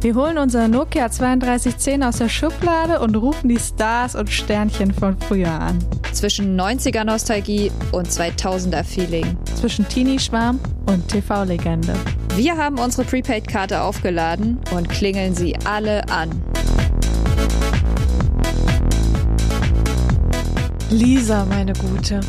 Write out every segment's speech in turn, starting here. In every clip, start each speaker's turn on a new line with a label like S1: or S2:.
S1: Wir holen unser Nokia 3210 aus der Schublade und rufen die Stars und Sternchen von früher an.
S2: Zwischen 90er Nostalgie und 2000er Feeling.
S1: Zwischen Teenie-Schwarm und TV-Legende.
S2: Wir haben unsere Prepaid-Karte aufgeladen und klingeln sie alle an.
S3: Lisa, meine Gute.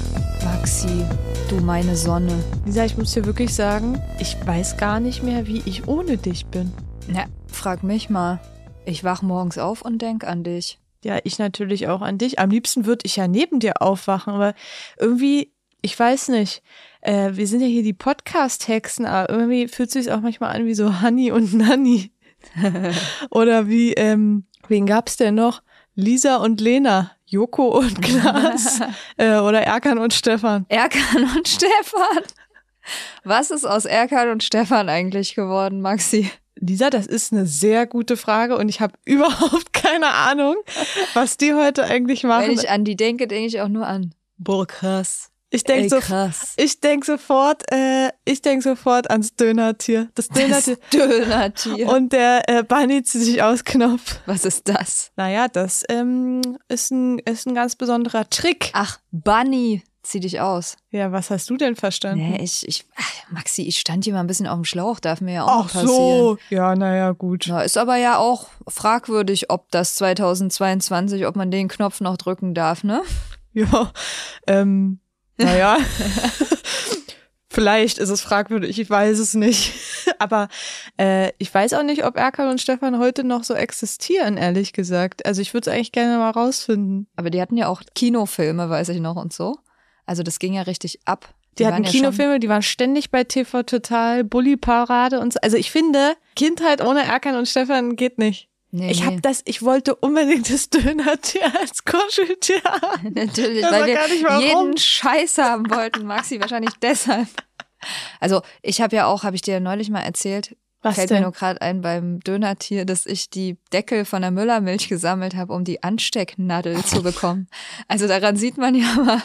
S2: Maxi, du meine Sonne.
S3: Lisa, ich muss dir wirklich sagen, ich weiß gar nicht mehr, wie ich ohne dich bin.
S2: Na, frag mich mal. Ich wach morgens auf und denk an dich.
S3: Ja, ich natürlich auch an dich. Am liebsten würde ich ja neben dir aufwachen, aber irgendwie, ich weiß nicht. Äh, wir sind ja hier die Podcast-Hexen, aber irgendwie fühlt sich auch manchmal an wie so Honey und Nanny. Oder wie, ähm, wen gab's denn noch? Lisa und Lena, Joko und Klaas äh, oder Erkan und Stefan.
S2: Erkan und Stefan. Was ist aus Erkan und Stefan eigentlich geworden, Maxi?
S3: Lisa, das ist eine sehr gute Frage und ich habe überhaupt keine Ahnung, was die heute eigentlich machen.
S2: Wenn ich an die denke, denke ich auch nur an.
S3: Boah, krass. Ich
S2: Ey,
S3: denk so,
S2: krass.
S3: ich denk sofort, äh, ich denk sofort ans Dönertier. Das
S2: Das
S3: Dönertier
S2: Dönertier.
S3: und der äh, Bunny zieht sich aus Knopf.
S2: was ist das?
S3: Naja, das ähm, ist, ein, ist ein ganz besonderer Trick.
S2: Ach, Bunny. Zieh dich aus.
S3: Ja, was hast du denn verstanden?
S2: Nee, ich, ich, ach, Maxi, ich stand hier mal ein bisschen auf dem Schlauch, darf mir ja auch
S3: Ach
S2: mal passieren.
S3: so. Ja, naja, gut.
S2: Na, ist aber ja auch fragwürdig, ob das 2022, ob man den Knopf noch drücken darf, ne?
S3: Ja, ähm, naja. Vielleicht ist es fragwürdig, ich weiß es nicht. Aber äh, ich weiß auch nicht, ob Erkan und Stefan heute noch so existieren, ehrlich gesagt. Also ich würde es eigentlich gerne mal rausfinden.
S2: Aber die hatten ja auch Kinofilme, weiß ich noch und so. Also das ging ja richtig ab.
S3: Die, hatten
S2: waren ja schon-
S3: Kinofilme, die waren ständig bei TV Total, Bully Parade und so. Also ich finde, Kindheit ohne Erkan und Stefan geht nicht.
S2: Nee,
S3: Ich
S2: nee.
S3: habe das, ich wollte unbedingt das Dönertier als Kuscheltier. haben.
S2: Natürlich,
S3: Das
S2: weil
S3: war
S2: wir
S3: gar nicht warum.
S2: jeden Scheiß haben wollten, Maxi, wahrscheinlich deshalb. Also ich habe ja auch, habe ich dir ja neulich mal erzählt,
S3: Was
S2: fällt
S3: denn?
S2: mir nur gerade ein beim Dönertier, dass ich die Deckel von der Müllermilch gesammelt habe, um die Anstecknadel zu bekommen. Also daran sieht man ja mal,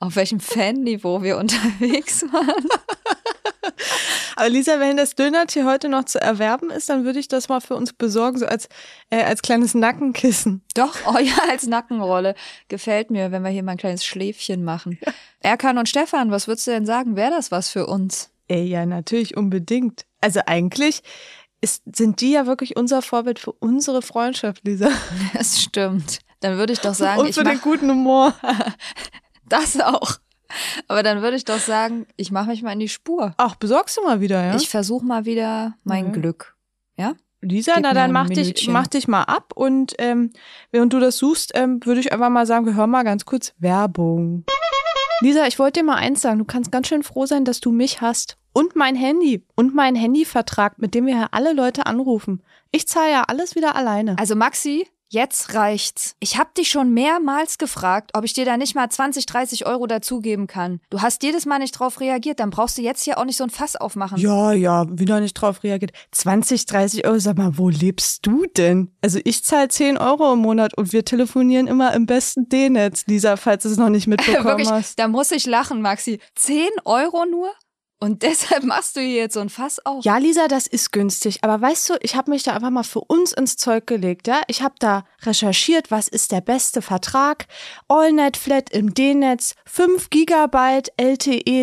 S2: auf welchem Fanniveau wir unterwegs waren.
S3: Aber Lisa, wenn das Dönertier heute noch zu erwerben ist, dann würde ich das mal für uns besorgen, so als, äh, als kleines Nackenkissen.
S2: Doch, oh ja, als Nackenrolle. Gefällt mir, wenn wir hier mal ein kleines Schläfchen machen. Erkan und Stefan, was würdest du denn sagen? Wäre das was für uns?
S3: Ey, ja, natürlich, unbedingt. Also eigentlich ist, sind die ja wirklich unser Vorbild für unsere Freundschaft, Lisa.
S2: Das stimmt. Dann würde ich doch sagen,
S3: Und
S2: ich
S3: für
S2: mach
S3: den guten Humor.
S2: Das auch. Aber dann würde ich doch sagen, ich mache mich mal in die Spur.
S3: Ach, besorgst du mal wieder, ja?
S2: Ich versuche mal wieder mein
S3: Mhm.
S2: Glück.
S3: Lisa,
S2: geb
S3: na
S2: mir
S3: dann
S2: ein
S3: mach dich,
S2: Minütchen.
S3: mach dich mal ab und ähm, während du das suchst, ähm, würde ich einfach mal sagen, wir hören mal ganz kurz Werbung. Lisa, ich wollte dir mal eins sagen, du kannst ganz schön froh sein, dass du mich hast und mein Handy und meinen Handyvertrag, mit dem wir ja alle Leute anrufen. Ich zahle ja alles wieder alleine.
S2: Also Maxi, jetzt reicht's. Ich habe dich schon mehrmals gefragt, ob ich dir da nicht mal 20, 30 Euro dazugeben kann. Du hast jedes Mal nicht drauf reagiert, dann brauchst du jetzt hier auch nicht so ein Fass aufmachen.
S3: Ja, ja, wieder nicht drauf reagiert. 20, 30 Euro, sag mal, wo lebst du denn? Also ich zahle 10 Euro im Monat und wir telefonieren immer im besten D-Netz, Lisa, falls du es noch nicht mitbekommen
S2: Wirklich,
S3: hast.
S2: da muss ich lachen, Maxi. 10 Euro nur? Und deshalb machst du hier jetzt so ein Fass auf?
S3: Ja, Lisa, das ist günstig. Aber weißt du, ich habe mich da einfach mal für uns ins Zeug gelegt. Ja? Ich habe da recherchiert, was ist der beste Vertrag. All-Net-Flat im D-Netz, 5 Gigabyte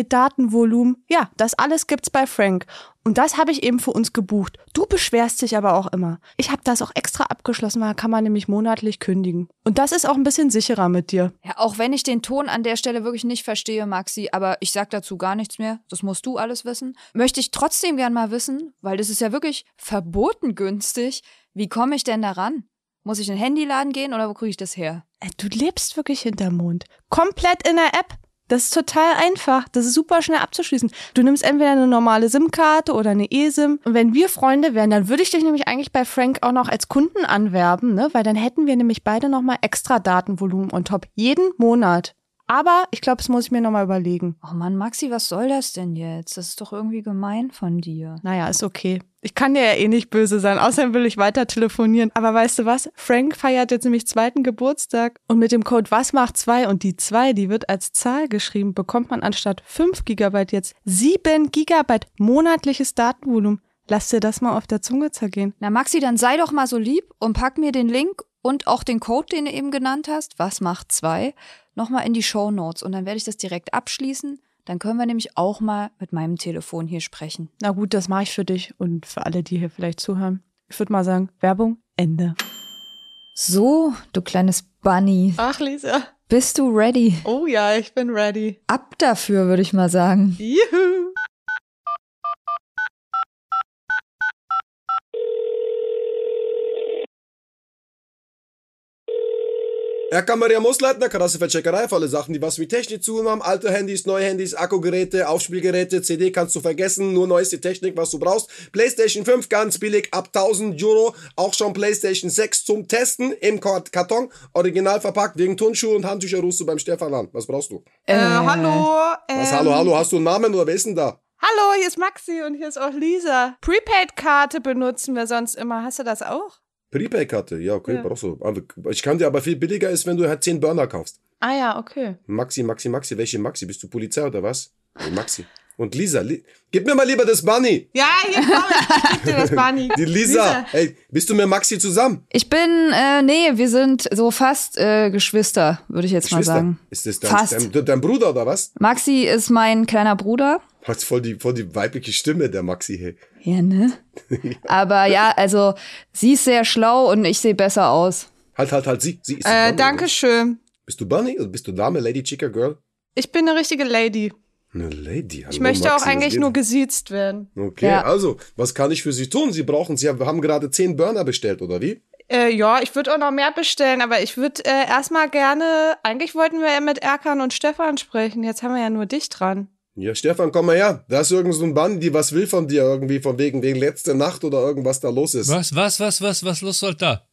S3: LTE-Datenvolumen. Ja, das alles gibt's bei Frank. Und das habe ich eben für uns gebucht. Du beschwerst dich aber auch immer. Ich habe das auch extra abgeschlossen, weil da kann man nämlich monatlich kündigen. Und das ist auch ein bisschen sicherer mit dir.
S2: Ja, auch wenn ich den Ton an der Stelle wirklich nicht verstehe, Maxi, aber ich sag dazu gar nichts mehr. Das musst du alles wissen. Möchte ich trotzdem gern mal wissen, weil das ist ja wirklich verboten günstig. Wie komme ich denn daran? Muss ich in den Handyladen gehen oder wo kriege ich das her?
S3: Äh, Du lebst wirklich hinterm Mond. Komplett in der App. Das ist total einfach. Das ist super schnell abzuschließen. Du nimmst entweder eine normale SIM-Karte oder eine eSIM. Und wenn wir Freunde wären, dann würde ich dich nämlich eigentlich bei Frank auch noch als Kunden anwerben, ne? Weil dann hätten wir nämlich beide nochmal extra Datenvolumen on top. Jeden Monat. Aber ich glaube, das muss ich mir nochmal überlegen.
S2: Oh Mann, Maxi, was soll das denn jetzt? Das ist doch irgendwie gemein von dir.
S3: Naja, ist okay. Ich kann dir ja eh nicht böse sein. Außerdem will ich weiter telefonieren. Aber weißt du was? Frank feiert jetzt nämlich zweiten Geburtstag. Und mit dem Code was macht zwei und die zwei, die wird als Zahl geschrieben, bekommt man anstatt 5 Gigabyte jetzt 7 Gigabyte monatliches Datenvolumen. Lass dir das mal auf der Zunge zergehen.
S2: Na, Maxi, dann sei doch mal so lieb und pack mir den Link und auch den Code, den du eben genannt hast, was macht zwei, nochmal in die Show Notes. Und dann werde ich das direkt abschließen. Dann können wir nämlich auch mal mit meinem Telefon hier sprechen.
S3: Na gut, das mache ich für dich und für alle, die hier vielleicht zuhören. Ich würde mal sagen, Werbung, Ende.
S2: So, du kleines Bunny.
S3: Ach, Lisa.
S2: Bist du ready?
S3: Oh ja, ich bin ready.
S2: Ab dafür, würde ich mal sagen.
S3: Juhu.
S4: Er kann mir ja ausleiten, eine krasse Vercheckerei für alle Sachen, die was mit Technik zu tun haben. Alte Handys, neue Handys, Akkugeräte, Aufspielgeräte, CD kannst du vergessen, nur neueste Technik, was du brauchst. PlayStation 5 ganz billig, ab 1000 Euro, auch schon PlayStation 6 zum Testen im Karton, original verpackt, wegen Turnschuhe und Handtücher rufst du beim Stefan an. Was brauchst du?
S3: Äh, hallo. Ähm,
S4: Was, hallo, hallo, hast du einen Namen oder wer ist denn da?
S3: Hallo, hier ist Maxi und hier ist auch Lisa. Prepaid-Karte benutzen wir sonst immer. Hast du das auch?
S4: Prepaid-Karte, ja, okay, brauchst du. Aber Ich kann dir aber viel billiger ist, wenn du halt 10 Burner kaufst.
S3: Ah ja, okay.
S4: Maxi, Maxi, Maxi, welche Maxi? Bist du Polizei oder was? Hey, Maxi. Und Lisa, li gib mir mal lieber das Bunny.
S3: Ja, hier komm, ich geb dir das Bunny.
S4: Die Lisa, ey, bist du mit Maxi zusammen?
S2: Ich bin, äh, nee, wir sind so fast äh, Geschwister, würde ich jetzt
S4: Geschwister?
S2: mal sagen.
S4: Ist das dein,
S2: Fast.
S4: dein, dein Bruder oder was?
S2: Maxi ist mein kleiner Bruder.
S4: Hat voll die, voll die weibliche Stimme, der Maxi, hey.
S2: Ja, ne? Aber ja, also sie ist sehr schlau und ich sehe besser aus.
S4: Halt, halt, halt, sie. sie ist die
S3: Äh,
S4: Bunny,
S3: danke
S4: oder?
S3: schön.
S4: Bist du Bunny oder bist du Dame, Lady, Chica, Girl?
S3: Ich bin eine richtige Lady.
S4: Eine Lady, hallo,
S3: Ich möchte
S4: Maxi,
S3: auch
S4: was
S3: eigentlich
S4: geht?
S3: nur gesiezt werden.
S4: Okay,
S2: Ja.
S4: also, was kann ich für Sie tun? Sie brauchen, Sie haben gerade zehn Burner bestellt, oder wie?
S3: Äh, ja, ich würde auch noch mehr bestellen, aber ich würde äh, erstmal gerne. Eigentlich wollten wir ja mit Erkan und Stefan sprechen. Jetzt haben wir ja nur dich dran.
S4: Ja, Stefan, komm mal her. Da ist irgend so ein Bunny, die was will von dir irgendwie, von wegen, wegen letzte Nacht oder irgendwas da los ist.
S5: Was, was, was, was, was los soll da?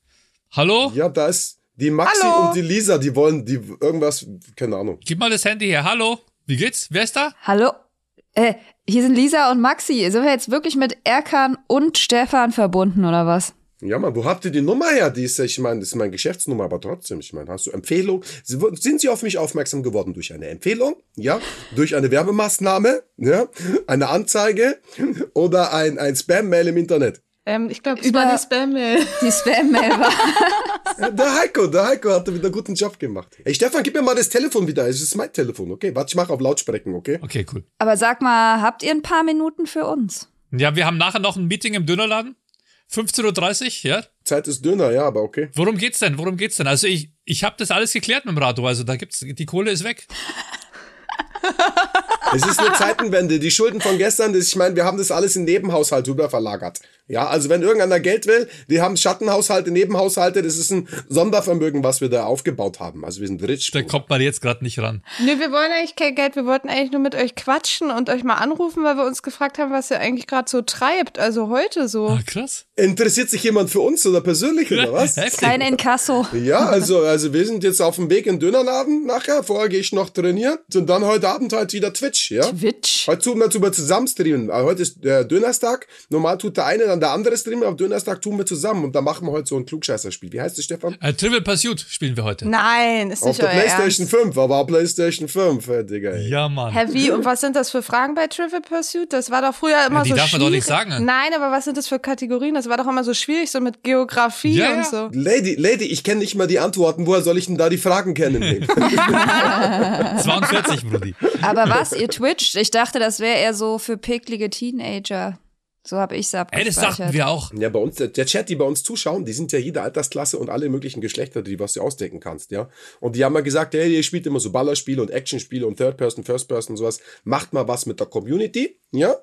S5: Hallo?
S4: Ja, da ist die Maxi
S3: Hallo.
S4: und die Lisa, die wollen, die irgendwas, keine Ahnung.
S5: Gib mal das Handy her. Hallo? Wie geht's? Wer ist da?
S2: Hallo? Äh, hier sind Lisa und Maxi. Sind wir jetzt wirklich mit Erkan und Stefan verbunden oder was?
S4: Ja, Mann, wo habt ihr die Nummer her? Die ist, ja- ich meine, das ist meine Geschäftsnummer, aber trotzdem, ich meine, hast du Empfehlung? Sie wurden- Sind sie auf mich aufmerksam geworden durch eine Empfehlung? Ja? Durch eine Werbemaßnahme? Ja? Eine Anzeige? Oder ein, ein Spam-Mail im Internet?
S3: Ähm, ich glaube,
S2: Über-
S3: über die Spam-Mail.
S2: Die Spam-Mail war.
S4: Ja, Der Heiko, der Heiko hat wieder einen guten Job gemacht. Ey, Stefan, gib mir mal das Telefon wieder. Es ist mein Telefon, okay? Warte, ich mache auf Lautsprechen, okay?
S5: Okay, cool.
S2: Aber sag mal, habt ihr ein paar Minuten für uns?
S5: Ja, wir haben nachher noch ein Meeting im Dönerladen. 15.30 Uhr, ja?
S4: Zeit ist dünner, ja, aber okay.
S5: Worum geht's denn? Worum geht's denn? Also ich, ich habe das alles geklärt mit dem Rado. Also da gibt's, die Kohle ist weg.
S4: Es ist eine Zeitenwende. Die Schulden von gestern, das, ich meine, wir haben das alles in Nebenhaushalt rüber verlagert. Ja, also wenn irgendeiner Geld will, die haben Schattenhaushalte, Nebenhaushalte, das ist ein Sondervermögen, was wir da aufgebaut haben. Also wir sind rich.
S5: Da kommt man jetzt gerade nicht ran.
S3: Nö, wir wollen eigentlich kein Geld. Wir wollten eigentlich nur mit euch quatschen und euch mal anrufen, weil wir uns gefragt haben, was ihr eigentlich gerade so treibt. Also heute so.
S5: Ah, krass.
S4: Interessiert sich jemand für uns oder persönlich oder was?
S5: Heftig.
S2: Kein Inkasso.
S4: Ja, also, also wir sind jetzt auf dem Weg in den Dönerladen nachher. Vorher gehe ich noch trainieren. Und dann heute Abend halt wieder Twitch, ja?
S2: Twitch.
S4: Heute tun wir zu- zusammen streamen. Also Heute ist äh, Dönerstag. Normal tut der eine, dann der andere streamen. Auf Dönerstag tun wir zusammen. Und dann machen wir heute so ein Klugscheißerspiel. Wie heißt es, Stefan?
S5: Äh, Trivial Pursuit spielen wir heute.
S3: Nenein, ist
S4: Auf
S3: nicht
S4: der
S3: euer
S4: Playstation
S3: Ernst.
S4: 5, aber Playstation 5, äh, Digga. ey.
S5: Ja, Mann.
S3: Hä, wie? Und was sind das für Fragen bei Trivial Pursuit? Das war doch früher immer
S5: Ja, die
S3: so
S5: darf man
S3: schwierig.
S5: doch nicht sagen. ne?
S3: Nein, aber was sind das für Kategorien? Das war doch immer so schwierig, so mit Geografie
S5: Ja,
S3: und
S5: ja.
S3: so.
S4: Lady, Lady, ich kenne nicht mal die Antworten. Woher soll ich denn da die Fragen kennen? Digga?
S5: 42, Brudi.
S2: Aber was, ihr twitcht? Ich dachte, das wäre eher so für picklige Teenager. So habe ich's
S5: Ey, das
S2: abgespeichert.
S5: dachten wir auch.
S4: ja, bei uns, der, der Chat, die bei uns zuschauen, die sind ja jede Altersklasse und alle möglichen Geschlechter, die was du ausdenken kannst, ja. Und die haben mal gesagt, hey, ihr spielt immer so Ballerspiele und Actionspiele und Third Person, First Person und sowas. Macht mal was mit der Community, ja.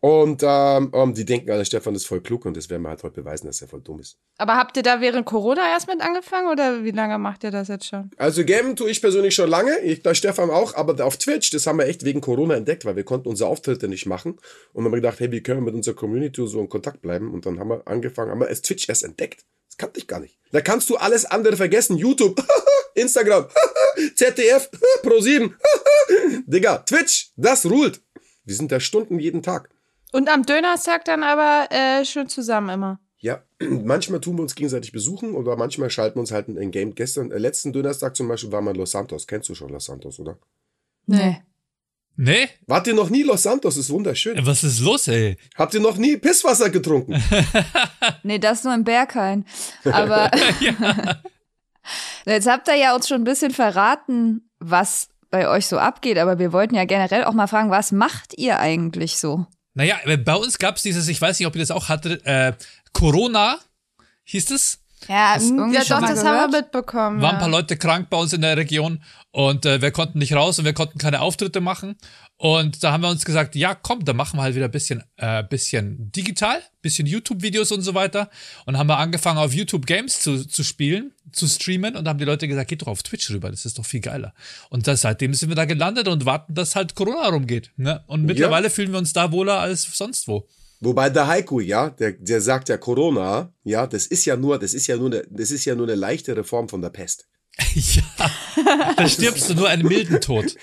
S4: Und ähm, ähm, die denken, Alter, Stefan ist voll klug und das werden wir halt heute beweisen, dass er voll dumm ist.
S3: Aber habt ihr da während Corona erst mit angefangen oder wie lange macht ihr das jetzt schon?
S4: Also Gamen tue ich persönlich schon lange, ich, da Stefan auch, aber auf Twitch, das haben wir echt wegen Corona entdeckt, weil wir konnten unsere Auftritte nicht machen und haben wir gedacht, hey, wie können wir mit unserer Community so in Kontakt bleiben und dann haben wir angefangen, haben wir erst Twitch erst entdeckt. Das kannte ich gar nicht. Da kannst du alles andere vergessen, YouTube, Instagram, ZDF, Pro7. Digga, Twitch, das ruht. Wir sind da Stunden jeden Tag.
S3: Und am Dönerstag dann aber äh, schön zusammen immer.
S4: Ja, manchmal tun wir uns gegenseitig besuchen oder manchmal schalten wir uns halt ein Game. Gestern, äh, letzten Donnerstag zum Beispiel war mal Los Santos. Kennst du schon Los Santos, oder?
S2: Nee.
S5: Nee?
S4: Wart ihr noch nie Los Santos? Ist wunderschön.
S5: Was ist los, ey?
S4: Habt ihr noch nie Pisswasser getrunken?
S2: Nee, das nur im Berghain. Aber jetzt habt ihr ja uns schon ein bisschen verraten, was bei euch so abgeht, aber wir wollten ja generell auch mal fragen, was macht ihr eigentlich so?
S5: Naja, äh, bei uns gab es dieses, ich weiß nicht, ob ihr das auch hattet, äh, Corona hieß es.
S2: Ja, das
S3: Ja, doch, das haben wir mitbekommen.
S5: Waren ein
S3: ja.
S5: paar Leute krank bei uns in der Region und äh, wir konnten nicht raus und wir konnten keine Auftritte machen. Und da haben wir uns gesagt, ja, komm, dann machen wir halt wieder ein bisschen, äh, bisschen digital, bisschen YouTube-Videos und so weiter. Und haben wir angefangen, auf YouTube Games zu, zu spielen, zu streamen und haben die Leute gesagt, geht doch auf Twitch rüber, das ist doch viel geiler. Und das, seitdem sind wir da gelandet und warten, dass halt Corona rumgeht. Ne? Und mittlerweile fühlen wir uns da wohler als sonst wo.
S4: Wobei der Heiko, ja, der, der sagt ja Corona, ja, das ist ja nur, das ist ja nur, eine, das ist ja nur eine leichtere Form von der Pest.
S5: ja, da stirbst du nur einen milden Tod.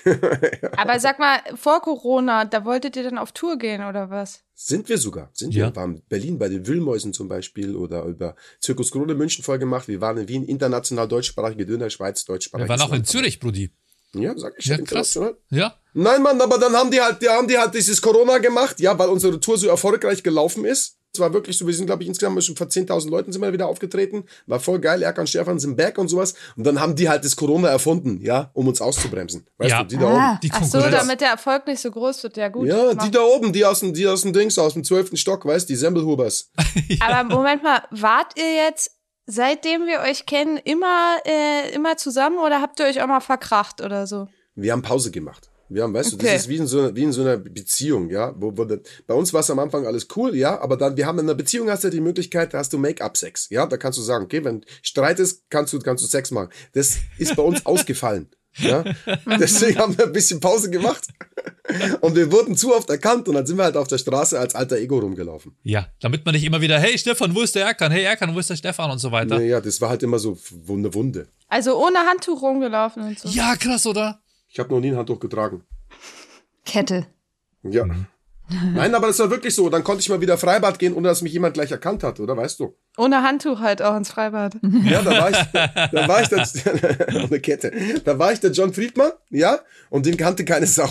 S3: Aber sag mal, vor Corona, da wolltet ihr dann auf Tour gehen oder was?
S4: Sind wir sogar. Sind
S5: Ja.
S4: wir. Wir waren in Berlin bei den Wühlmäusen zum Beispiel oder über Zirkus Krone München voll gemacht. Wir waren in Wien international deutschsprachige Döner, Schweiz deutschsprachig.
S5: Wir waren auch in Zürich, Brudi.
S4: Ja, sag ich
S5: Ja,
S4: ja,
S5: krass.
S4: international.
S5: Ja.
S4: Nein, Mann, aber dann haben die halt, die haben die halt dieses Corona gemacht, ja, weil unsere Tour so erfolgreich gelaufen ist. Es war wirklich so, wir sind, glaube ich, insgesamt schon vor 10.000 Leuten sind wir wieder aufgetreten. War voll geil, Erkan, Stefan sind back und sowas. Und dann haben die halt das Corona erfunden, ja, um uns auszubremsen. Weißt
S5: Ja.
S4: du, die da
S2: Ah.
S4: oben.
S5: Die
S3: Ach so,
S5: Konkurrenz.
S3: damit der Erfolg nicht so groß wird. Ja, gut.
S4: Ja,
S3: mach.
S4: die da oben, die aus dem, die aus dem Dings, aus dem 12. Stock, weißt du, die Semmelhubers.
S3: Aber Moment mal, wart ihr jetzt, seitdem wir euch kennen, immer, äh, immer zusammen oder habt ihr euch auch mal verkracht oder so?
S4: Wir haben Pause gemacht. Wir haben, weißt du,
S3: Okay.
S4: das ist wie in so, einer- wie in so einer Beziehung, ja. Wo, wo, bei uns war es am Anfang alles cool, ja, aber dann, wir haben in einer Beziehung hast du die Möglichkeit, da hast du Make-up-Sex, ja. Da kannst du sagen, okay, wenn Streit ist, kannst du, kannst du Sex machen. Das ist bei uns ausgefallen. Ja, deswegen haben wir ein bisschen Pause gemacht und wir wurden zu oft erkannt und dann sind wir halt auf der Straße als alter Ego rumgelaufen.
S5: Ja, damit man nicht immer wieder, hey Stefan, wo ist der Erkan? Hey Erkan, wo ist der Stefan und so weiter.
S4: Naja, das war halt immer so w- eine Wunde.
S3: Also ohne Handtuch rumgelaufen und so.
S5: Ja, krass, oder?
S4: Ich habe noch nie ein Handtuch getragen.
S2: Kette.
S4: Ja. Nein, aber das war wirklich so. Dann konnte ich mal wieder Freibad gehen, ohne dass mich jemand gleich erkannt hat, oder weißt du?
S3: Ohne Handtuch halt auch ins Freibad.
S4: Ja, da war ich, da war ich dann, eine Kette. Da war ich der John Friedmann, ja, und den kannte keine Sau.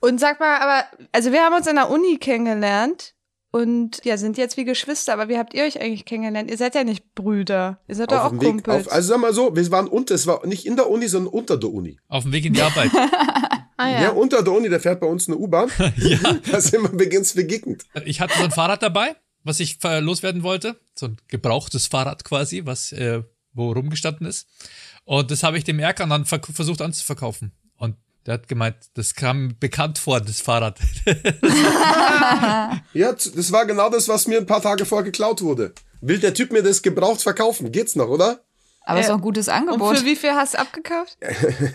S3: Und sag mal, aber, also wir haben uns an der Uni kennengelernt und ja, sind jetzt wie Geschwister, aber wie habt ihr euch eigentlich kennengelernt? Ihr seid ja nicht Brüder. Ihr seid doch auch
S4: dem Weg,
S3: Kumpels.
S4: auf, also sag mal so, wir waren unter, es war nicht in der Uni, sondern unter der Uni.
S5: Auf dem Weg in die Arbeit.
S3: ah,
S4: Ja, unter der Uni, da fährt bei uns eine U-Bahn. ja. Da sind wir beginnt begegnet.
S5: ich hatte so ein Fahrrad dabei, was ich äh, loswerden wollte. So ein gebrauchtes Fahrrad quasi, was äh, wo rumgestanden ist. Und das habe ich dem Erkan dann verk- versucht anzuverkaufen. Und der hat gemeint, das kam bekannt vor, das Fahrrad.
S4: Ja, z- das war genau das, was mir ein paar Tage vorher geklaut wurde. Will der Typ mir das gebraucht verkaufen? Geht's noch, oder?
S2: Aber es ist
S3: Äh,
S2: auch ein gutes
S3: Und
S2: Angebot.
S3: für wie viel hast du abgekauft?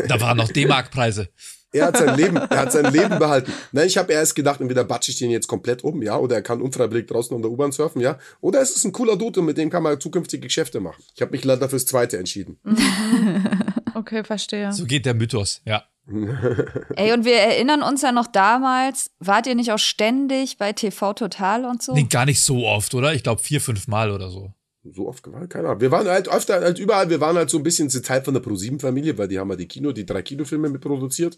S5: da waren noch D-Mark-Preise.
S4: Er hat sein Leben, er hat sein Leben behalten. Nein, ich habe erst gedacht, entweder batsche ich den jetzt komplett um, ja, oder er kann unfreiwillig draußen an der U-Bahn surfen, ja, oder es ist ein cooler Dude und mit dem kann man zukünftige Geschäfte machen. Ich habe mich leider fürs Zweite entschieden.
S3: Okay, verstehe.
S5: So geht der Mythos, ja.
S2: Ey, und wir erinnern uns ja noch damals, wart ihr nicht auch ständig bei TV Total und so?
S5: Nee, gar nicht so oft, oder? Ich glaube vier, fünf Mal oder so.
S4: So oft war keine Ahnung. Wir waren halt öfter halt überall, wir waren halt so ein bisschen so Teil von der Pro7-Familie, weil die haben halt die Kino, die drei Kinofilme mitproduziert.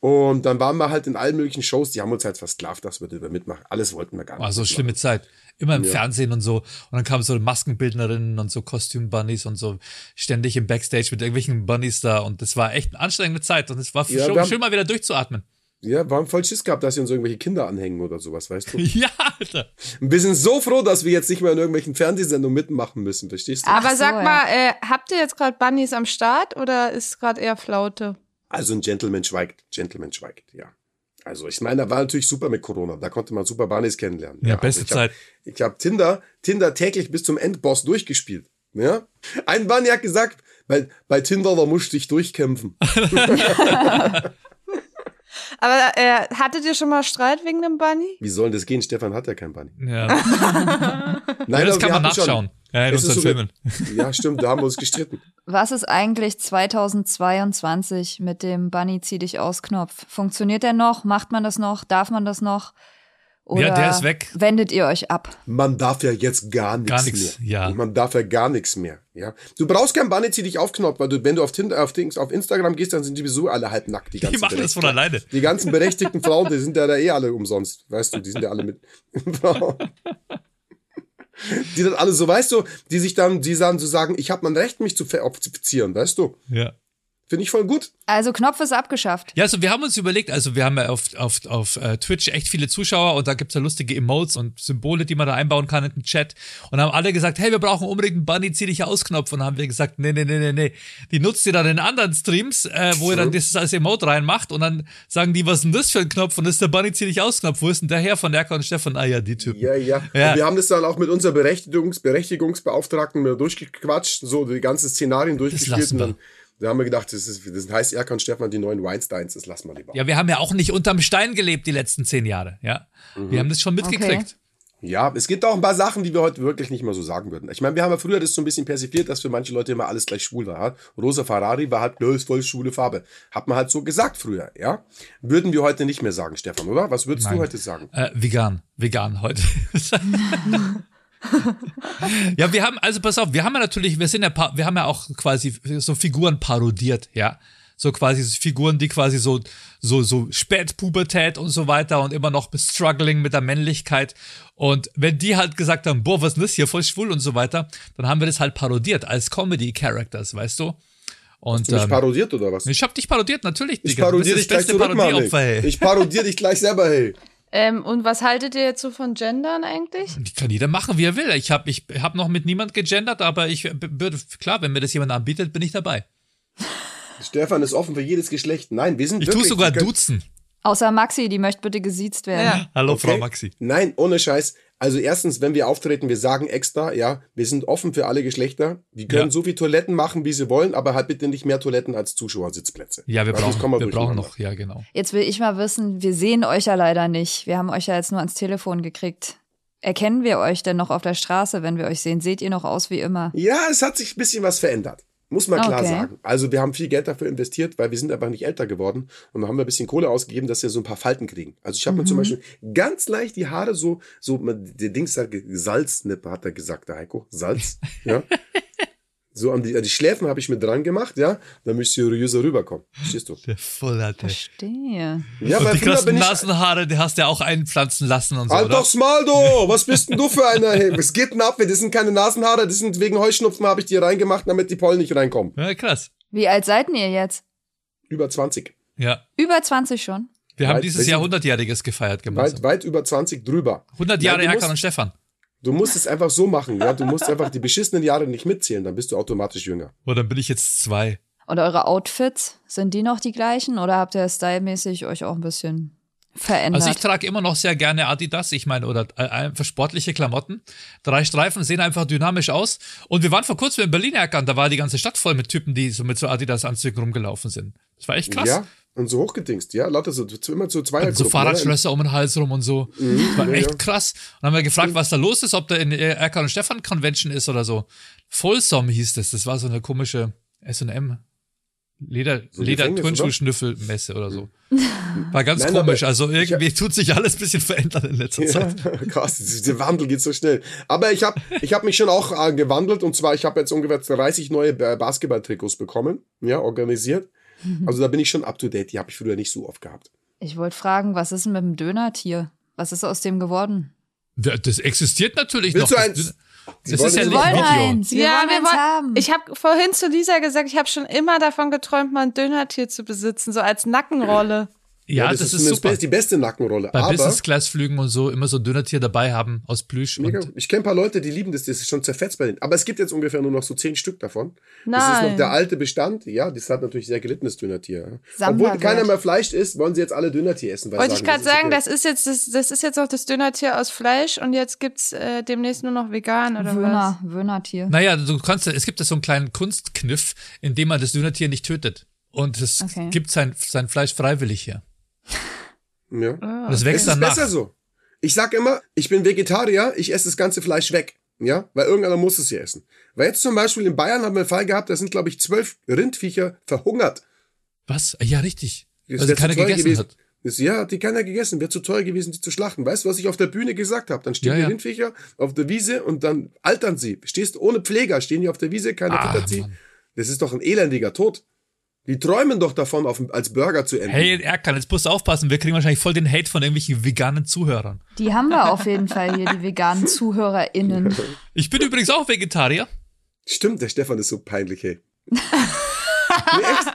S4: Und dann waren wir halt in allen möglichen Shows, die haben uns halt versklavt, dass wir da mitmachen. Alles wollten wir gar nicht.
S5: War so eine Also schlimme Zeit. Immer im Fernsehen und so. Und dann kamen so Maskenbildnerinnen und so Kostümbunnies und so ständig im Backstage mit irgendwelchen Bunnies da. Und das war echt eine anstrengende Zeit. Und es war
S4: Ja,
S5: schon,
S4: wir haben-
S5: schön, mal wieder durchzuatmen.
S4: Ja, wir haben voll Schiss gehabt, dass sie uns irgendwelche Kinder anhängen oder sowas, weißt du?
S5: Ja, Alter.
S4: Wir sind so froh, dass wir jetzt nicht mehr in irgendwelchen Fernsehsendungen mitmachen müssen, verstehst du?
S2: Ach
S3: aber
S2: so,
S3: sag
S2: ja.
S3: mal, äh, habt ihr jetzt gerade Bunnies am Start oder ist gerade eher Flaute?
S4: Also ein Gentleman schweigt. Gentleman schweigt, ja. Also ich meine, da war natürlich super mit Corona. Da konnte man super Barneys kennenlernen.
S5: Ja, beste
S4: also ich
S5: Zeit.
S4: Hab, ich habe Tinder, Tinder täglich bis zum Endboss durchgespielt. Ja? Ein Barney hat gesagt, bei, bei Tinder, da musst du dich durchkämpfen.
S3: Aber äh, hattet ihr schon mal Streit wegen dem Bunny?
S4: Wie soll denn das gehen? Stefan hat ja keinen Barney.
S5: Ja.
S4: Nein,
S5: das
S4: aber wir
S5: kann man
S4: hatten schon-
S5: nachschauen. Ja, in
S4: Es ist
S5: unseren
S4: so eine-
S5: Filmen.
S4: Ja, stimmt, da haben wir uns gestritten.
S2: Was ist eigentlich 2022 mit dem Bunny zieh dich aus Knopf? Funktioniert der noch? Macht man das noch? Darf man das noch? Oder
S5: Ja, der ist weg.
S2: wendet ihr euch ab?
S4: Man darf ja jetzt gar nichts
S5: Gar nichts,
S4: mehr.
S5: ja.
S4: Man darf ja gar nichts mehr. Ja. Du brauchst kein Banner, zieh dich aufknopft, weil du, wenn du auf, Tinder, auf, Dings, auf Instagram gehst, dann sind die sowieso alle halb nackt. Die, ganzen
S5: Die machen das von
S4: Berechtigten.
S5: alleine.
S4: Die ganzen berechtigten Frauen, die sind ja da eh alle umsonst. Weißt du, die sind ja alle mit Frauen. Die dann alle so, weißt du, die sich dann, die dann so sagen, ich habe mein Recht, mich zu verifizieren, weißt du?
S5: Ja.
S4: Finde ich voll gut.
S2: Also Knopf ist abgeschafft.
S5: Ja, also wir haben uns überlegt, also wir haben ja auf, auf, auf äh, Twitch echt viele Zuschauer und da gibt's ja lustige Emotes und Symbole, die man da einbauen kann in den Chat. Und haben alle gesagt, hey, wir brauchen unbedingt einen Bunny, zieh dich aus Knopf. Und haben wir gesagt, nee, nee, nee, nee, nee. Die nutzt ihr dann in anderen Streams, äh, wo ihr dann das als Emote reinmacht und dann sagen die, was ist denn das für ein Knopf? Und das ist der Bunny, zieh dich aus Knopf. Wo ist denn der her von Erka und Stefan? Ah ja, die Typen.
S4: Ja, ja.
S5: Ja.
S4: Und wir haben das dann auch mit unserer Berechtigungs Berechtigungsbeauftragten mal durchgequatscht, so die ganzen Szenarien durchgespielt.
S5: lassen
S4: Und
S5: wir.
S4: dann, da haben wir gedacht, das, ist, das heißt Erkan Stefan, die neuen Weinsteins, das lassen wir lieber. Ja,
S5: Ja, wir haben ja auch nicht unterm Stein gelebt die letzten zehn Jahre, ja. Wir haben das schon mitgekriegt.
S4: es gibt auch ein paar Sachen, die wir heute wirklich nicht mehr so sagen würden. Ich meine, wir haben ja früher das so ein bisschen persifliert, dass für manche Leute immer alles gleich schwul war. ja. Rosa Ferrari war halt, nö, ist voll schwule Farbe. Hat man halt so gesagt früher, ja? Würden wir heute nicht mehr sagen, Stefan, oder? Was würdest
S5: Nein.
S4: du heute sagen?
S5: Äh, vegan, vegan heute. ja, wir haben, also pass auf, wir haben ja natürlich, wir sind ja, pa- wir haben ja auch quasi so Figuren parodiert, ja. So quasi so Figuren, die quasi so, so, so Spätpubertät und so weiter und immer noch struggling mit der Männlichkeit. Und wenn die halt gesagt haben, boah, was ist denn das hier, voll schwul und so weiter, dann haben wir das halt parodiert als Comedy-Characters, weißt du? Und
S4: Hast du mich
S5: ähm,
S4: parodiert oder was?
S5: ich hab dich parodiert, natürlich.
S4: ich
S5: Digga. Du bist
S4: parodiere dich
S5: das
S4: gleich
S5: beste
S4: zurück, Mann.
S5: Parodieopfer, ey.
S4: Ich parodiere dich gleich selber, hey.
S3: Ähm, und was haltet ihr jetzt so von Gendern eigentlich?
S5: Die kann jeder machen, wie er will. Ich habe ich hab noch mit niemand gegendert, aber ich b- würde, klar, wenn mir das jemand anbietet, bin ich dabei.
S4: Stefan ist offen für jedes Geschlecht. Nein, wir sind
S5: Ich tue
S4: wirklich,
S5: sogar
S4: wir können-
S5: duzen.
S2: Außer Maxi, die möchte bitte gesiezt werden.
S5: Hallo, Frau
S4: Okay?
S5: Maxi.
S4: Nein, ohne Scheiß. Also erstens, wenn wir auftreten, wir sagen extra, ja, wir sind offen für alle Geschlechter. Die können
S5: Ja.
S4: so viel Toiletten machen, wie sie wollen, aber halt bitte nicht mehr Toiletten als Zuschauersitzplätze.
S5: Ja, wir
S4: Weil sonst
S5: brauchen,
S4: kommen
S5: wir brauchen
S4: durcheinander.
S5: noch, ja, genau.
S2: Jetzt will ich mal wissen, wir sehen euch ja leider nicht. Wir haben euch ja jetzt nur ans Telefon gekriegt. Erkennen wir euch denn noch auf der Straße, wenn wir euch sehen? Seht ihr noch aus wie immer?
S4: Ja, es hat sich ein bisschen was verändert. Muss man klar
S2: Okay.
S4: sagen. Also wir haben viel Geld dafür investiert, weil wir sind einfach nicht älter geworden. Und dann haben wir ein bisschen Kohle ausgegeben, dass wir so ein paar Falten kriegen. Also ich habe mir zum Beispiel ganz leicht die Haare so, so der Dings hat ge- Salznippe, hat er gesagt, der Heiko. Salz, ja. So an die, an die Schläfen habe ich mir dran gemacht, ja, damit ich seriöser rüberkomme. Verstehst du?
S5: Der Vollerte.
S2: Verstehe.
S4: Ja,
S5: und die
S4: früher
S5: krassen
S4: bin ich-
S5: Nasenhaare, die hast du ja auch einpflanzen lassen und so,
S4: Halt
S5: oder?
S4: doch's mal, du! Was bist denn du für einer? Hey, was geht denn ab? Das sind keine Nasenhaare, das sind wegen Heuschnupfen, habe ich die reingemacht, damit die Pollen nicht reinkommen.
S5: Ja, krass.
S2: Wie alt seid denn ihr jetzt?
S4: Über 20.
S5: Ja.
S2: Über 20 schon?
S5: Wir haben
S4: Weit-
S5: dieses
S4: welchen-
S5: Jahr 100-Jähriges gefeiert gemeinsam.
S4: Weit, weit über 20 drüber.
S5: 100 Jahre
S4: Nein, du
S5: Erkan und
S4: musst,
S5: Stefan.
S4: du musst es einfach so machen. Ja? Du musst einfach die beschissenen Jahre nicht mitzählen, dann bist du automatisch jünger.
S5: Oh, dann bin ich jetzt zwei.
S2: Und eure Outfits, sind die noch die gleichen oder habt ihr stylmäßig euch auch ein bisschen verändert?
S5: Also ich trage immer noch sehr gerne Adidas, ich meine, oder äh, einfach sportliche Klamotten. Drei Streifen sehen einfach dynamisch aus. Und wir waren vor kurzem in Berlin erkannt, da war die ganze Stadt voll mit Typen, die so mit so Adidas-Anzügen rumgelaufen sind. Das war echt krass.
S4: Ja? also, Und so hochgedingst, ja? Lauter so, zu- immer zu zwei ne?
S5: So Fahrradschlösser um den Hals rum und so. Das war
S4: ja,
S5: echt
S4: ja.
S5: krass. Und dann haben wir gefragt, was da los ist, ob da in der Erkan und Stefan Convention ist oder so. Folsom hieß das. Das war so eine komische SM Leder,
S4: So ein
S5: Leder
S4: Gefängnis, Mhm.
S5: Turnschuh-Schnüffel-Messe oder so. War ganz
S4: Nein,
S5: komisch.
S4: aber
S5: Also irgendwie tut sich alles ein bisschen verändern in letzter Zeit.
S4: Ja, krass, das- der Wandel geht so schnell. Aber ich habe ich hab mich schon auch äh, gewandelt und zwar, ich habe jetzt ungefähr 30 neue äh, Basketballtrikots bekommen, ja, organisiert.
S5: Mhm.
S4: Also da bin ich schon up to date, die habe ich früher nicht so oft gehabt.
S2: ich wollte fragen, was ist denn mit dem Dönertier? Was ist aus dem geworden?
S5: Ja, Das existiert natürlich
S4: Willst
S5: noch.
S4: du eins? Sie
S5: Das
S4: wollen
S5: ist ja
S4: jetzt
S5: nicht
S4: wollen
S5: ein Video.
S2: eins. Wir wollen eins haben.
S3: Ich habe vorhin zu Lisa gesagt, ich habe schon immer davon geträumt, mal ein Dönertier zu besitzen, so als Nackenrolle.
S5: Ja, das, ist
S4: zumindest
S5: super.
S4: die beste Nackenrolle.
S5: Bei
S4: aber
S5: Business-Class-Flügen und so immer so ein Dönertier dabei haben aus Plüsch.
S4: Mega.
S5: Und
S4: Ich kenne ein paar Leute, die lieben das, das ist schon zerfetzt bei denen. Aber es gibt jetzt ungefähr nur noch so zehn Stück davon. Das ist
S3: Nein.
S4: noch der alte Bestand. Ja, das hat natürlich sehr gelitten, das Dönertier. ja.
S2: Sammlerwert.
S4: Obwohl keiner mehr Fleisch isst, wollen sie jetzt alle Dönertier essen. weil
S3: Wollte ich gerade
S4: das ist
S3: sagen,
S4: okay.
S3: das ist jetzt das, das ist jetzt noch das Dönertier aus Fleisch und jetzt gibt's äh, demnächst nur noch vegan oder
S2: Wöhner, Wöhnertier.
S5: naja, du kannst, es gibt da so einen kleinen Kunstkniff, in dem man das Dönertier nicht tötet. Und es
S2: Okay.
S5: gibt sein, sein Fleisch freiwillig her.
S4: Ja.
S5: Und es
S4: Es ist
S5: wächst
S3: Mhm.
S5: dann nach.
S4: besser so. Ich sag immer, ich bin Vegetarier, ich esse das ganze Fleisch weg. Ja, weil irgendeiner muss es hier essen. Weil jetzt zum Beispiel in Bayern haben wir einen Fall gehabt, da sind, glaube ich, zwölf Rindviecher verhungert.
S5: Was? Ja, richtig.
S4: Das
S5: Also
S4: wär zu
S5: keiner
S4: teuer
S5: gegessen
S4: gewesen.
S5: hat.
S4: Das, ja, hat die keiner gegessen. Wäre zu teuer gewesen, die zu schlachten. Weißt du, was ich auf der Bühne gesagt habe? Dann stehen
S5: Ja,
S4: die
S5: ja.
S4: Rindviecher auf der Wiese und dann altern sie. Stehst ohne Pfleger, stehen die auf der Wiese, keiner
S5: Ah,
S4: füttert sie.
S5: Mann.
S4: Das ist doch ein elendiger Tod. Die träumen doch davon, auf, als Burger zu enden.
S5: Hey, Erkan, jetzt musst du aufpassen. Wir kriegen wahrscheinlich voll den Hate von irgendwelchen veganen Zuhörern.
S2: Die haben wir auf jeden Fall hier, die veganen ZuhörerInnen.
S5: Ich bin übrigens auch Vegetarier.
S4: Stimmt, der Stefan ist so peinlich, hey. nee, echt?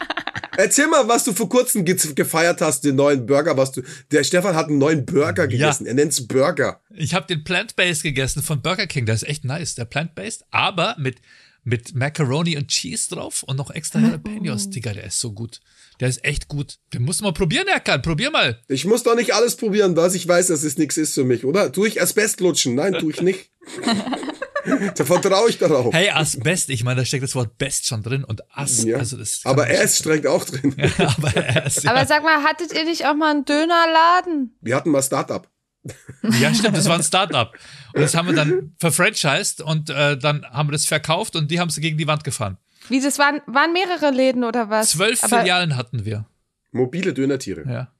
S4: Erzähl mal, was du vor kurzem ge gefeiert hast, den neuen Burger, was du. Der Stefan hat einen neuen Burger gegessen. Er nennt's Burger.
S5: Ich habe den Plant-Based gegessen von Burger King. Das ist echt nice, der Plant-Based. Aber mit, mit Macaroni und Cheese drauf und noch extra Jalapenos. Digga, der ist so gut. Der ist echt gut. Den musst du mal probieren, Erkan. Probier mal.
S4: Ich muss doch nicht alles probieren, was ich weiß, dass es nichts ist für mich, oder? Tu ich Asbest lutschen? Nein, tu ich nicht. da vertraue ich darauf.
S5: Hey, Asbest. Ich meine, da steckt das Wort Best schon drin. Und Ass.
S4: ja.
S5: Also das
S4: Aber er ist streng auch drin.
S5: Aber Ass. Ja.
S3: Aber sag mal, hattet ihr nicht auch mal einen Dönerladen?
S4: Wir hatten mal Startup.
S5: ja, stimmt. Das war ein Startup. Und das haben wir dann verfranchised und äh, dann haben wir das verkauft und die haben es gegen die Wand gefahren.
S3: Wie, das waren, waren mehrere Läden oder was?
S5: Zwölf
S3: Aber
S5: Filialen hatten wir.
S4: Mobile Dönertiere.
S5: Ja.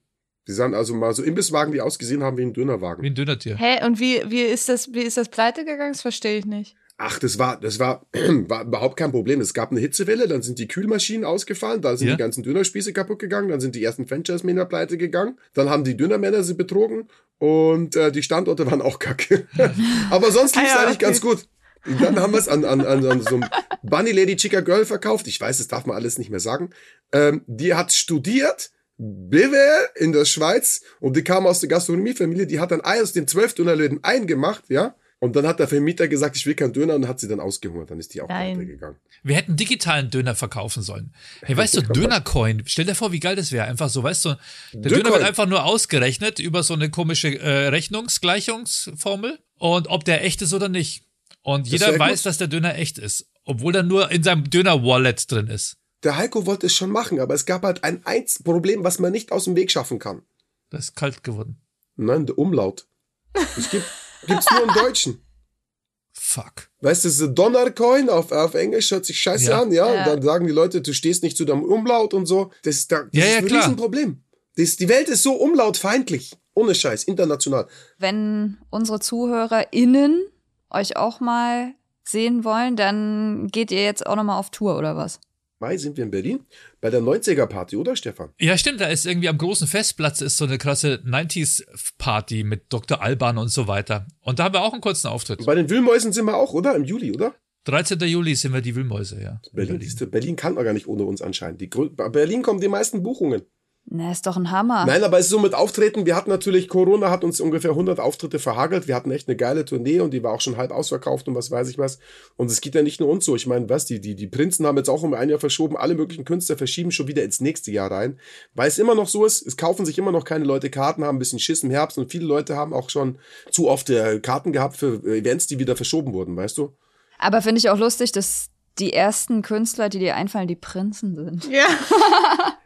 S4: Die sahen also mal so Imbisswagen, die ausgesehen haben wie ein
S5: Wie
S4: Dönerwagen.
S5: ein Dönertier.
S3: Hä, und wie, wie ist das, wie ist das pleite gegangen? Das verstehe ich nicht.
S4: Ach, das war, das war, war überhaupt kein Problem. Es gab eine Hitzewelle, dann sind die Kühlmaschinen ausgefallen, dann sind
S5: Ja.
S4: die ganzen Dönerspieße kaputt gegangen, dann sind die ersten Franchise-Männer pleite gegangen, dann haben die Dönermänner sie betrogen und äh, die Standorte waren auch kacke. Aber sonst lief es
S3: Ah ja,
S4: eigentlich
S3: okay.
S4: ganz gut. Und Dann haben wir es an, an, an, an so einem Bunny Lady Chica Girl verkauft. Ich weiß, das darf man alles nicht mehr sagen. Ähm, die hat studiert, BWL in der Schweiz und die kam aus der Gastronomiefamilie. Die hat dann Ei aus den zwölf Dönerläden eingemacht, ja. Und dann hat der Vermieter gesagt, ich will keinen Döner und hat sie dann ausgehungert. Dann ist die auch
S3: Nein.
S4: pleite gegangen.
S5: Wir hätten digitalen Döner verkaufen sollen. Hey, weißt du, Dönercoin, stell dir vor, wie geil das wäre. Einfach so, weißt du, der Döner
S4: Döcoin.
S5: wird einfach nur ausgerechnet über so eine komische äh, Rechnungsgleichungsformel und ob der echt ist oder nicht. Und jeder
S4: wär
S5: weiß,
S4: gut.
S5: dass der Döner echt ist, obwohl er nur in seinem Döner-Wallet drin ist.
S4: Der Heiko wollte es schon machen, aber es gab halt ein einziges Problem, was man nicht aus dem Weg schaffen kann.
S5: Das ist kalt geworden.
S4: Nein, der Umlaut. Das gibt, gibt's nur im Deutschen.
S5: Fuck.
S4: Weißt du, diese Donnercoin auf, auf Englisch hört sich scheiße
S5: Ja.
S4: an, ja?
S3: Ja.
S4: Und dann sagen die Leute, du stehst nicht zu deinem Umlaut und so. Das ist, da, das
S5: Ja,
S4: ist
S5: ja,
S4: ein
S5: klar.
S4: Riesenproblem. Das, die Welt ist so umlautfeindlich. Ohne Scheiß, international.
S2: Wenn unsere ZuhörerInnen euch auch mal sehen wollen, dann geht ihr jetzt auch nochmal auf Tour oder was?
S4: Mai sind wir in Berlin bei der 90er-Party, oder Stefan?
S5: Ja, stimmt, da ist irgendwie am großen Festplatz ist so eine krasse 90s-Party mit Dr. Alban und so weiter. Und da haben wir auch einen kurzen Auftritt.
S4: Bei den Wühlmäusen sind wir auch, oder? Im Juli, oder?
S5: 13. Juli sind wir die Wühlmäuse, ja.
S4: Berlin, siehst du, Berlin kann man gar nicht ohne uns anscheinend. Die, grö- bei Berlin kommen die meisten Buchungen.
S2: Na, ist doch ein Hammer.
S4: Nein, aber es ist so mit Auftreten. Wir hatten natürlich, Corona hat uns ungefähr 100 Auftritte verhagelt. Wir hatten echt eine geile Tournee und die war auch schon halb ausverkauft und was weiß ich was. Und es geht ja nicht nur uns so. Ich meine, was, die, die, die Prinzen haben jetzt auch um ein Jahr verschoben. Alle möglichen Künstler verschieben schon wieder ins nächste Jahr rein. Weil es immer noch so ist, es kaufen sich immer noch keine Leute Karten, haben ein bisschen Schiss im Herbst und viele Leute haben auch schon zu oft äh, Karten gehabt für äh, Events, die wieder verschoben wurden, weißt du?
S2: Aber finde ich auch lustig, dass die ersten Künstler, die dir einfallen, die Prinzen sind.
S3: Ja.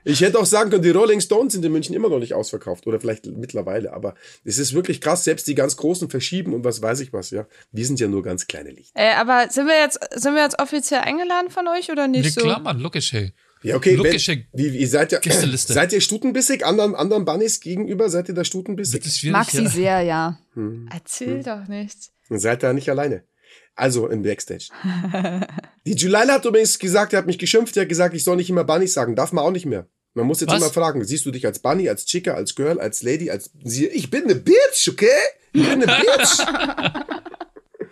S4: Ich hätte auch sagen können, die Rolling Stones sind in München immer noch nicht ausverkauft oder vielleicht mittlerweile, aber es ist wirklich krass, selbst die ganz Großen verschieben und was weiß ich was, ja. Wir sind ja nur ganz kleine Lichter.
S3: Äh, aber sind wir jetzt, sind wir jetzt offiziell eingeladen von euch oder nicht
S5: Nee,
S3: so?
S5: klar, Mann, logisch, hey.
S4: Ja, okay, wenn,
S5: Logische
S4: wie, wie seid ihr,
S5: Gästeliste.
S4: seid ihr stutenbissig anderen, anderen Bunnies gegenüber, seid ihr da stutenbissig?
S5: Das ist schwierig.
S2: Mag sie
S5: ja.
S2: sehr, ja.
S3: Erzähl doch nichts.
S4: Dann seid ihr nicht alleine. Also im Backstage. die Julila hat übrigens gesagt, er hat mich geschimpft, er hat gesagt, ich soll nicht immer Bunnies sagen, darf man auch nicht mehr. Man muss jetzt
S5: Was?
S4: immer fragen, siehst du dich als Bunny, als Chica, als Girl, als Lady, als sie, ich bin eine Bitch, okay? Ich bin eine Bitch.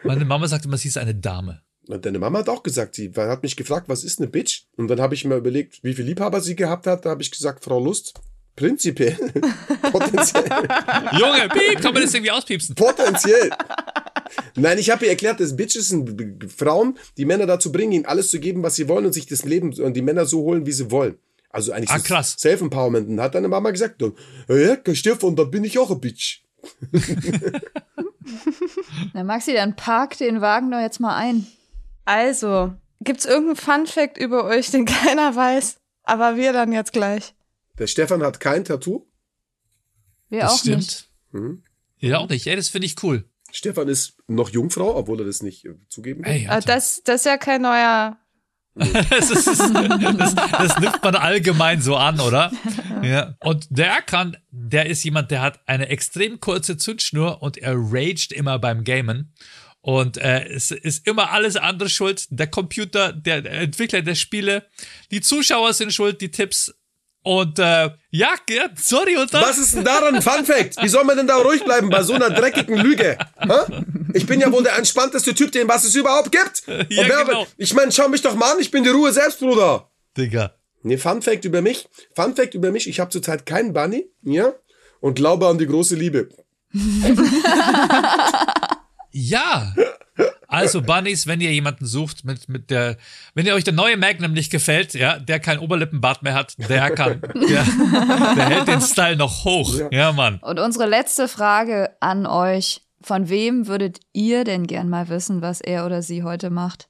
S5: Meine Mama sagt immer, sie ist eine Dame.
S4: Und deine Mama hat auch gesagt, sie hat mich gefragt, was ist eine Bitch? Und dann habe ich mir überlegt, wie viele Liebhaber sie gehabt hat. Da habe ich gesagt, Frau Lust, prinzipiell, potenziell,
S5: Junge, piep, kann man das irgendwie auspiepsen?
S4: potenziell. Nein, ich habe ihr erklärt, dass Bitches sind B- B- Frauen, die Männer dazu bringen, ihnen alles zu geben, was sie wollen und sich das Leben und die Männer so holen, wie sie wollen. Also eigentlich
S5: Ah,
S4: ist es
S5: krass.
S4: Self-Empowerment. Und hat deine Mama gesagt, dann, "Äh, ja, Stefan, da bin ich auch ein Bitch.
S2: Na, Maxi, dann park den Wagen doch jetzt mal ein.
S3: Also, gibt's irgendeinen Fun-Fact über euch, den keiner weiß? Aber wir dann jetzt gleich.
S4: Der Stefan hat kein Tattoo.
S2: Wir
S5: Das
S2: auch
S5: stimmt.
S2: nicht.
S5: Ja, auch nicht. Ey, das finde ich cool.
S4: Stefan ist noch Jungfrau, obwohl er das nicht äh, zugeben will.
S5: Ey,
S2: Ah,
S3: Äh,
S5: Alter.
S3: Das, das ist ja kein neuer.
S5: das, ist, das, das nimmt man allgemein so an, oder? Ja. Und der Erkan, der ist jemand, der hat eine extrem kurze Zündschnur und er raged immer beim Gamen. Und äh, es ist immer alles andere schuld. Der Computer, der der Entwickler der Spiele, die Zuschauer sind schuld, die Tipps. Und äh, ja, ja, sorry, und dann,
S4: Was ist denn daran? Fun Fact. Wie soll man denn da ruhig bleiben bei so einer dreckigen Lüge? Hä? Ich bin ja wohl der entspannteste Typ, den was es überhaupt gibt. Und
S5: Ja,
S4: wer-
S5: genau.
S4: Ich meine, schau mich doch mal an, ich bin die Ruhe selbst, Bruder.
S5: Digga.
S4: Ne, Fun Fact über mich. Fun Fact über mich, ich habe zurzeit keinen Bunny, ja? Und glaube an die große Liebe.
S5: Ja. Also Bunnies, wenn ihr jemanden sucht mit mit der, wenn ihr euch der neue Magnum nicht gefällt, ja, der kein Oberlippenbart mehr hat, der kann, der, der hält den Style noch hoch, ja, Mann.
S2: Und unsere letzte Frage an euch. Von wem würdet ihr denn gern mal wissen, was er oder sie heute macht?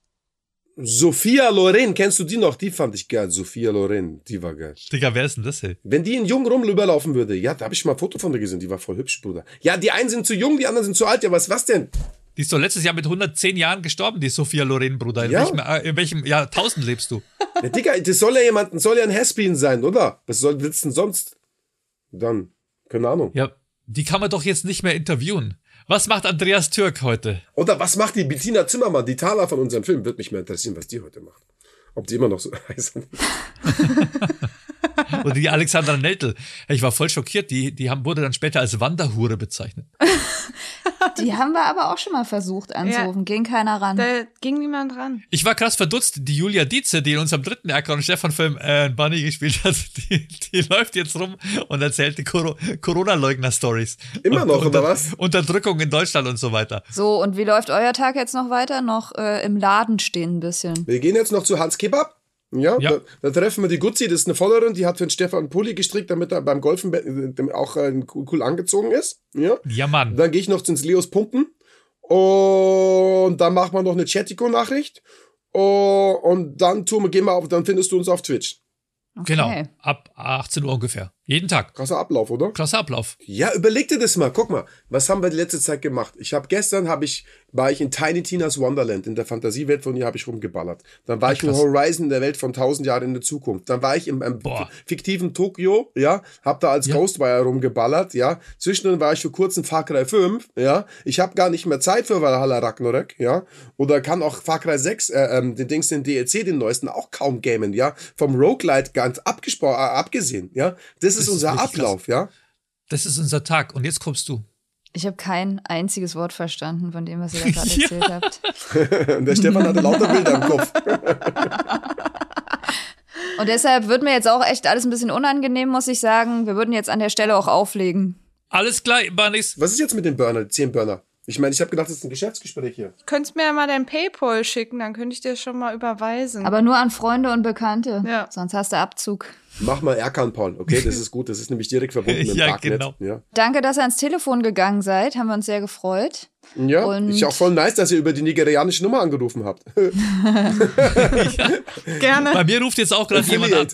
S4: Sophia Loren, kennst du die noch? Die fand ich geil. Sophia Loren, die war geil.
S5: Digga, wer ist denn das hier?
S4: Wenn die in jung rumlaufen würde, ja, da habe ich mal ein Foto von der gesehen, die war voll hübsch, Bruder. Ja, die einen sind zu jung, die anderen sind zu alt, ja, was, was denn?
S5: Die ist doch letztes Jahr mit 110 Jahren gestorben, die Sophia Loren, Bruder. In,
S4: Ja.
S5: welchem, äh, in welchem Jahrtausend lebst du?
S4: Ja, Digga, das soll ja jemanden, soll ja ein Haspin sein, oder? Was soll willst du denn sonst? Dann, keine Ahnung.
S5: Ja, die kann man doch jetzt nicht mehr interviewen. Was macht Andreas Türk heute?
S4: Oder was macht die Bettina Zimmermann, die Thaler von unserem Film? Würde mich mal interessieren, was die heute macht. Ob die immer noch so heiß sind.
S5: Oder die Alexandra Neltel? Ich war voll schockiert. Die, die haben, wurde dann später als Wanderhure bezeichnet.
S2: Die haben wir aber auch schon mal versucht anzurufen, ging keiner ran.
S3: Da ging niemand ran.
S5: Ich war krass verdutzt. Die Julia Dietze, die in unserem dritten Erkan und Stefan-Film äh, Bunny gespielt hat, die, die läuft jetzt rum und erzählt die Coro Corona-Leugner-Stories.
S4: Immer
S5: und,
S4: noch, oder was?
S5: Unterdrückung in Deutschland und so weiter.
S2: So, und wie läuft euer Tag jetzt noch weiter? Noch äh, im Laden stehen ein bisschen.
S4: Wir gehen jetzt noch zu Hans Kebab. Ja,
S5: Ja.
S4: Da, da treffen wir die Gutzi, das ist eine Vollerin, die hat für den Stefan einen Pulli gestrickt, damit er beim Golfen be- äh, auch äh, cool cool angezogen ist. Ja.
S5: Ja, Mann.
S4: Dann gehe ich noch zu ins Leos Pumpen. Und dann machen wir noch eine Chatico-Nachricht. Oh, Und dann tun wir, gehen wir auf, dann findest du uns auf Twitch.
S5: Genau. Ab 18 Uhr ungefähr. Jeden Tag.
S4: Krasser Ablauf, oder?
S5: Krasser Ablauf.
S4: Ja, überleg dir das mal. Guck mal, was haben wir die letzte Zeit gemacht? Ich habe gestern habe ich war ich in Tiny Tinas Wonderland in der Fantasiewelt von ihr habe ich rumgeballert. Dann war ich in Horizon in der Welt von 1000 Jahren in der Zukunft. Dann war ich im, im
S5: Boah.
S4: fiktiven Tokio, ja, habe da als Ghostwire rumgeballert, ja. Zwischendrin war ich für kurzen Far Cry 5, ja. Ich habe gar nicht mehr Zeit für Valhalla Ragnarök, ja. Oder kann auch Far Cry 6 äh, ähm, den Dings den DLC den neuesten auch kaum gamen, ja. Vom Roguelite ganz abgespro äh, abgesehen, ja. Das ist
S5: ist
S4: unser
S5: richtig krass.
S4: Ablauf, ja.
S5: Das ist unser Tag. Und jetzt kommst du.
S2: Ich habe kein einziges Wort verstanden von dem, was ihr da gerade erzählt habt.
S4: Und der Stefan hatte lauter Bilder im Kopf.
S2: Und deshalb wird mir jetzt auch echt alles ein bisschen unangenehm, muss ich sagen. Wir würden jetzt an der Stelle auch auflegen.
S5: Alles klar, Bunnies.
S4: Was ist jetzt mit dem Burner, 10 Burner? Ich meine, ich habe gedacht, das ist ein Geschäftsgespräch hier.
S3: Du könntest mir ja mal dein Paypal schicken, dann könnte ich dir schon mal überweisen.
S2: Aber nur an Freunde und Bekannte.
S3: Ja.
S2: Sonst hast du Abzug.
S4: Mach mal Erkan Paul, okay? Das ist gut, das ist nämlich direkt verbunden mit dem
S5: Ja,
S4: Darknet.
S5: genau.
S4: Ja,
S2: Danke, dass ihr ans Telefon gegangen seid. Haben wir uns sehr gefreut.
S4: ja
S2: Und-
S4: ist ja auch voll nice, dass ihr über die nigerianische Nummer angerufen habt.
S3: Gerne.
S5: Bei mir ruft jetzt auch gerade jemand an.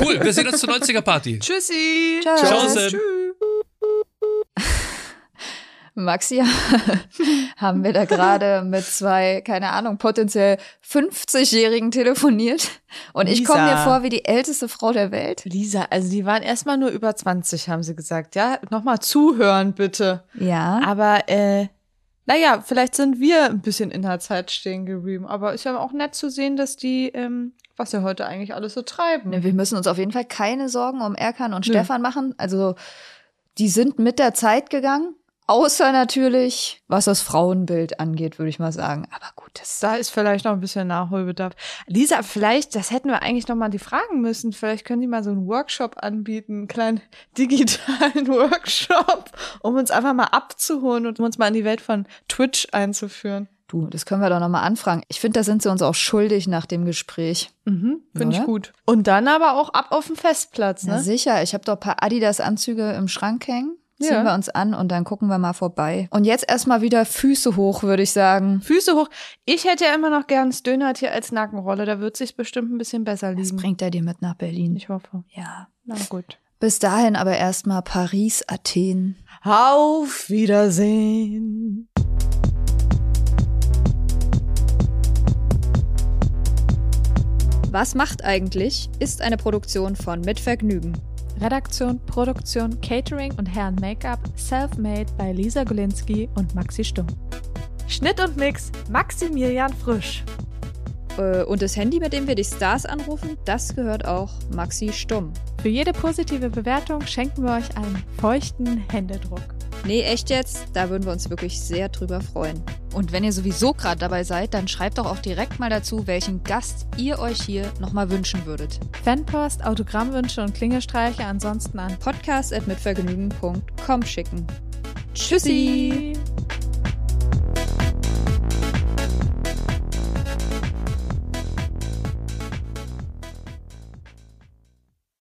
S5: Cool, wir sehen uns zur 90er Party.
S3: Tschüssi.
S2: Ciao.
S5: Ciao, Sam.
S2: Maxi, haben wir da gerade mit zwei, keine Ahnung, potenziell 50-Jährigen telefoniert. Und ich komme mir
S3: Lisa.
S2: vor wie die älteste Frau der Welt.
S3: Lisa, also die waren erstmal nur über 20, haben sie gesagt. Ja, nochmal zuhören bitte.
S2: Ja.
S3: Aber äh, naja, vielleicht sind wir ein bisschen in der Zeit stehen geblieben. Aber ist ja auch nett zu sehen, dass die, ähm, was ja heute eigentlich alles so treiben.
S2: Ne, Wir müssen uns auf jeden Fall keine Sorgen um Erkan und Stefan machen. Also, die sind mit der Zeit gegangen. Außer natürlich, was das Frauenbild angeht, würde ich mal sagen. Aber gut, das
S3: Da ist vielleicht noch ein bisschen Nachholbedarf. Lisa, vielleicht, das hätten wir eigentlich noch mal die fragen müssen. Vielleicht können die mal so einen Workshop anbieten, einen kleinen digitalen Workshop, um uns einfach mal abzuholen und um uns mal in die Welt von Twitch einzuführen.
S2: du, das können wir doch nochmal anfragen. Ich finde, da sind sie uns auch schuldig nach dem Gespräch.
S3: Mhm, finde ich
S2: Oder?
S3: gut. Und dann aber auch ab auf den Festplatz,
S2: Na
S3: ne?
S2: sicher, ich habe doch ein paar Adidas-Anzüge im Schrank hängen. Ziehen
S3: Ja.
S2: wir uns an und dann gucken wir mal vorbei. Und jetzt erstmal wieder Füße hoch, würde ich sagen.
S3: Füße hoch. Ich hätte ja immer noch gern das Dönertier als Nackenrolle. Da wird sich bestimmt ein bisschen besser
S2: Das
S3: liegen.
S2: bringt er dir mit nach Berlin.
S3: Ich hoffe.
S2: Ja.
S3: Na gut.
S2: Bis dahin aber erstmal Paris, Athen.
S3: Auf Wiedersehen.
S2: Was macht eigentlich? Ist eine Produktion von Mit Vergnügen.
S1: Redaktion, Produktion, Catering und Herren Make-up self-made bei Lisa Golinski und Maxi Stumm. Schnitt und Mix Maximilian Frisch.
S2: Äh, Und das Handy, mit dem wir die Stars anrufen, das gehört auch Maxi Stumm.
S1: Für jede positive Bewertung schenken wir euch einen feuchten Händedruck.
S2: Nee, echt jetzt? Da würden wir uns wirklich sehr drüber freuen. Und wenn ihr sowieso gerade dabei seid, dann schreibt doch auch direkt mal dazu, welchen Gast ihr euch hier nochmal wünschen würdet.
S1: Fanpost, Autogrammwünsche und Klingestreiche ansonsten an
S2: Podcast at mitvergnügen.com schicken. Tschüssi.
S1: Tschüssi.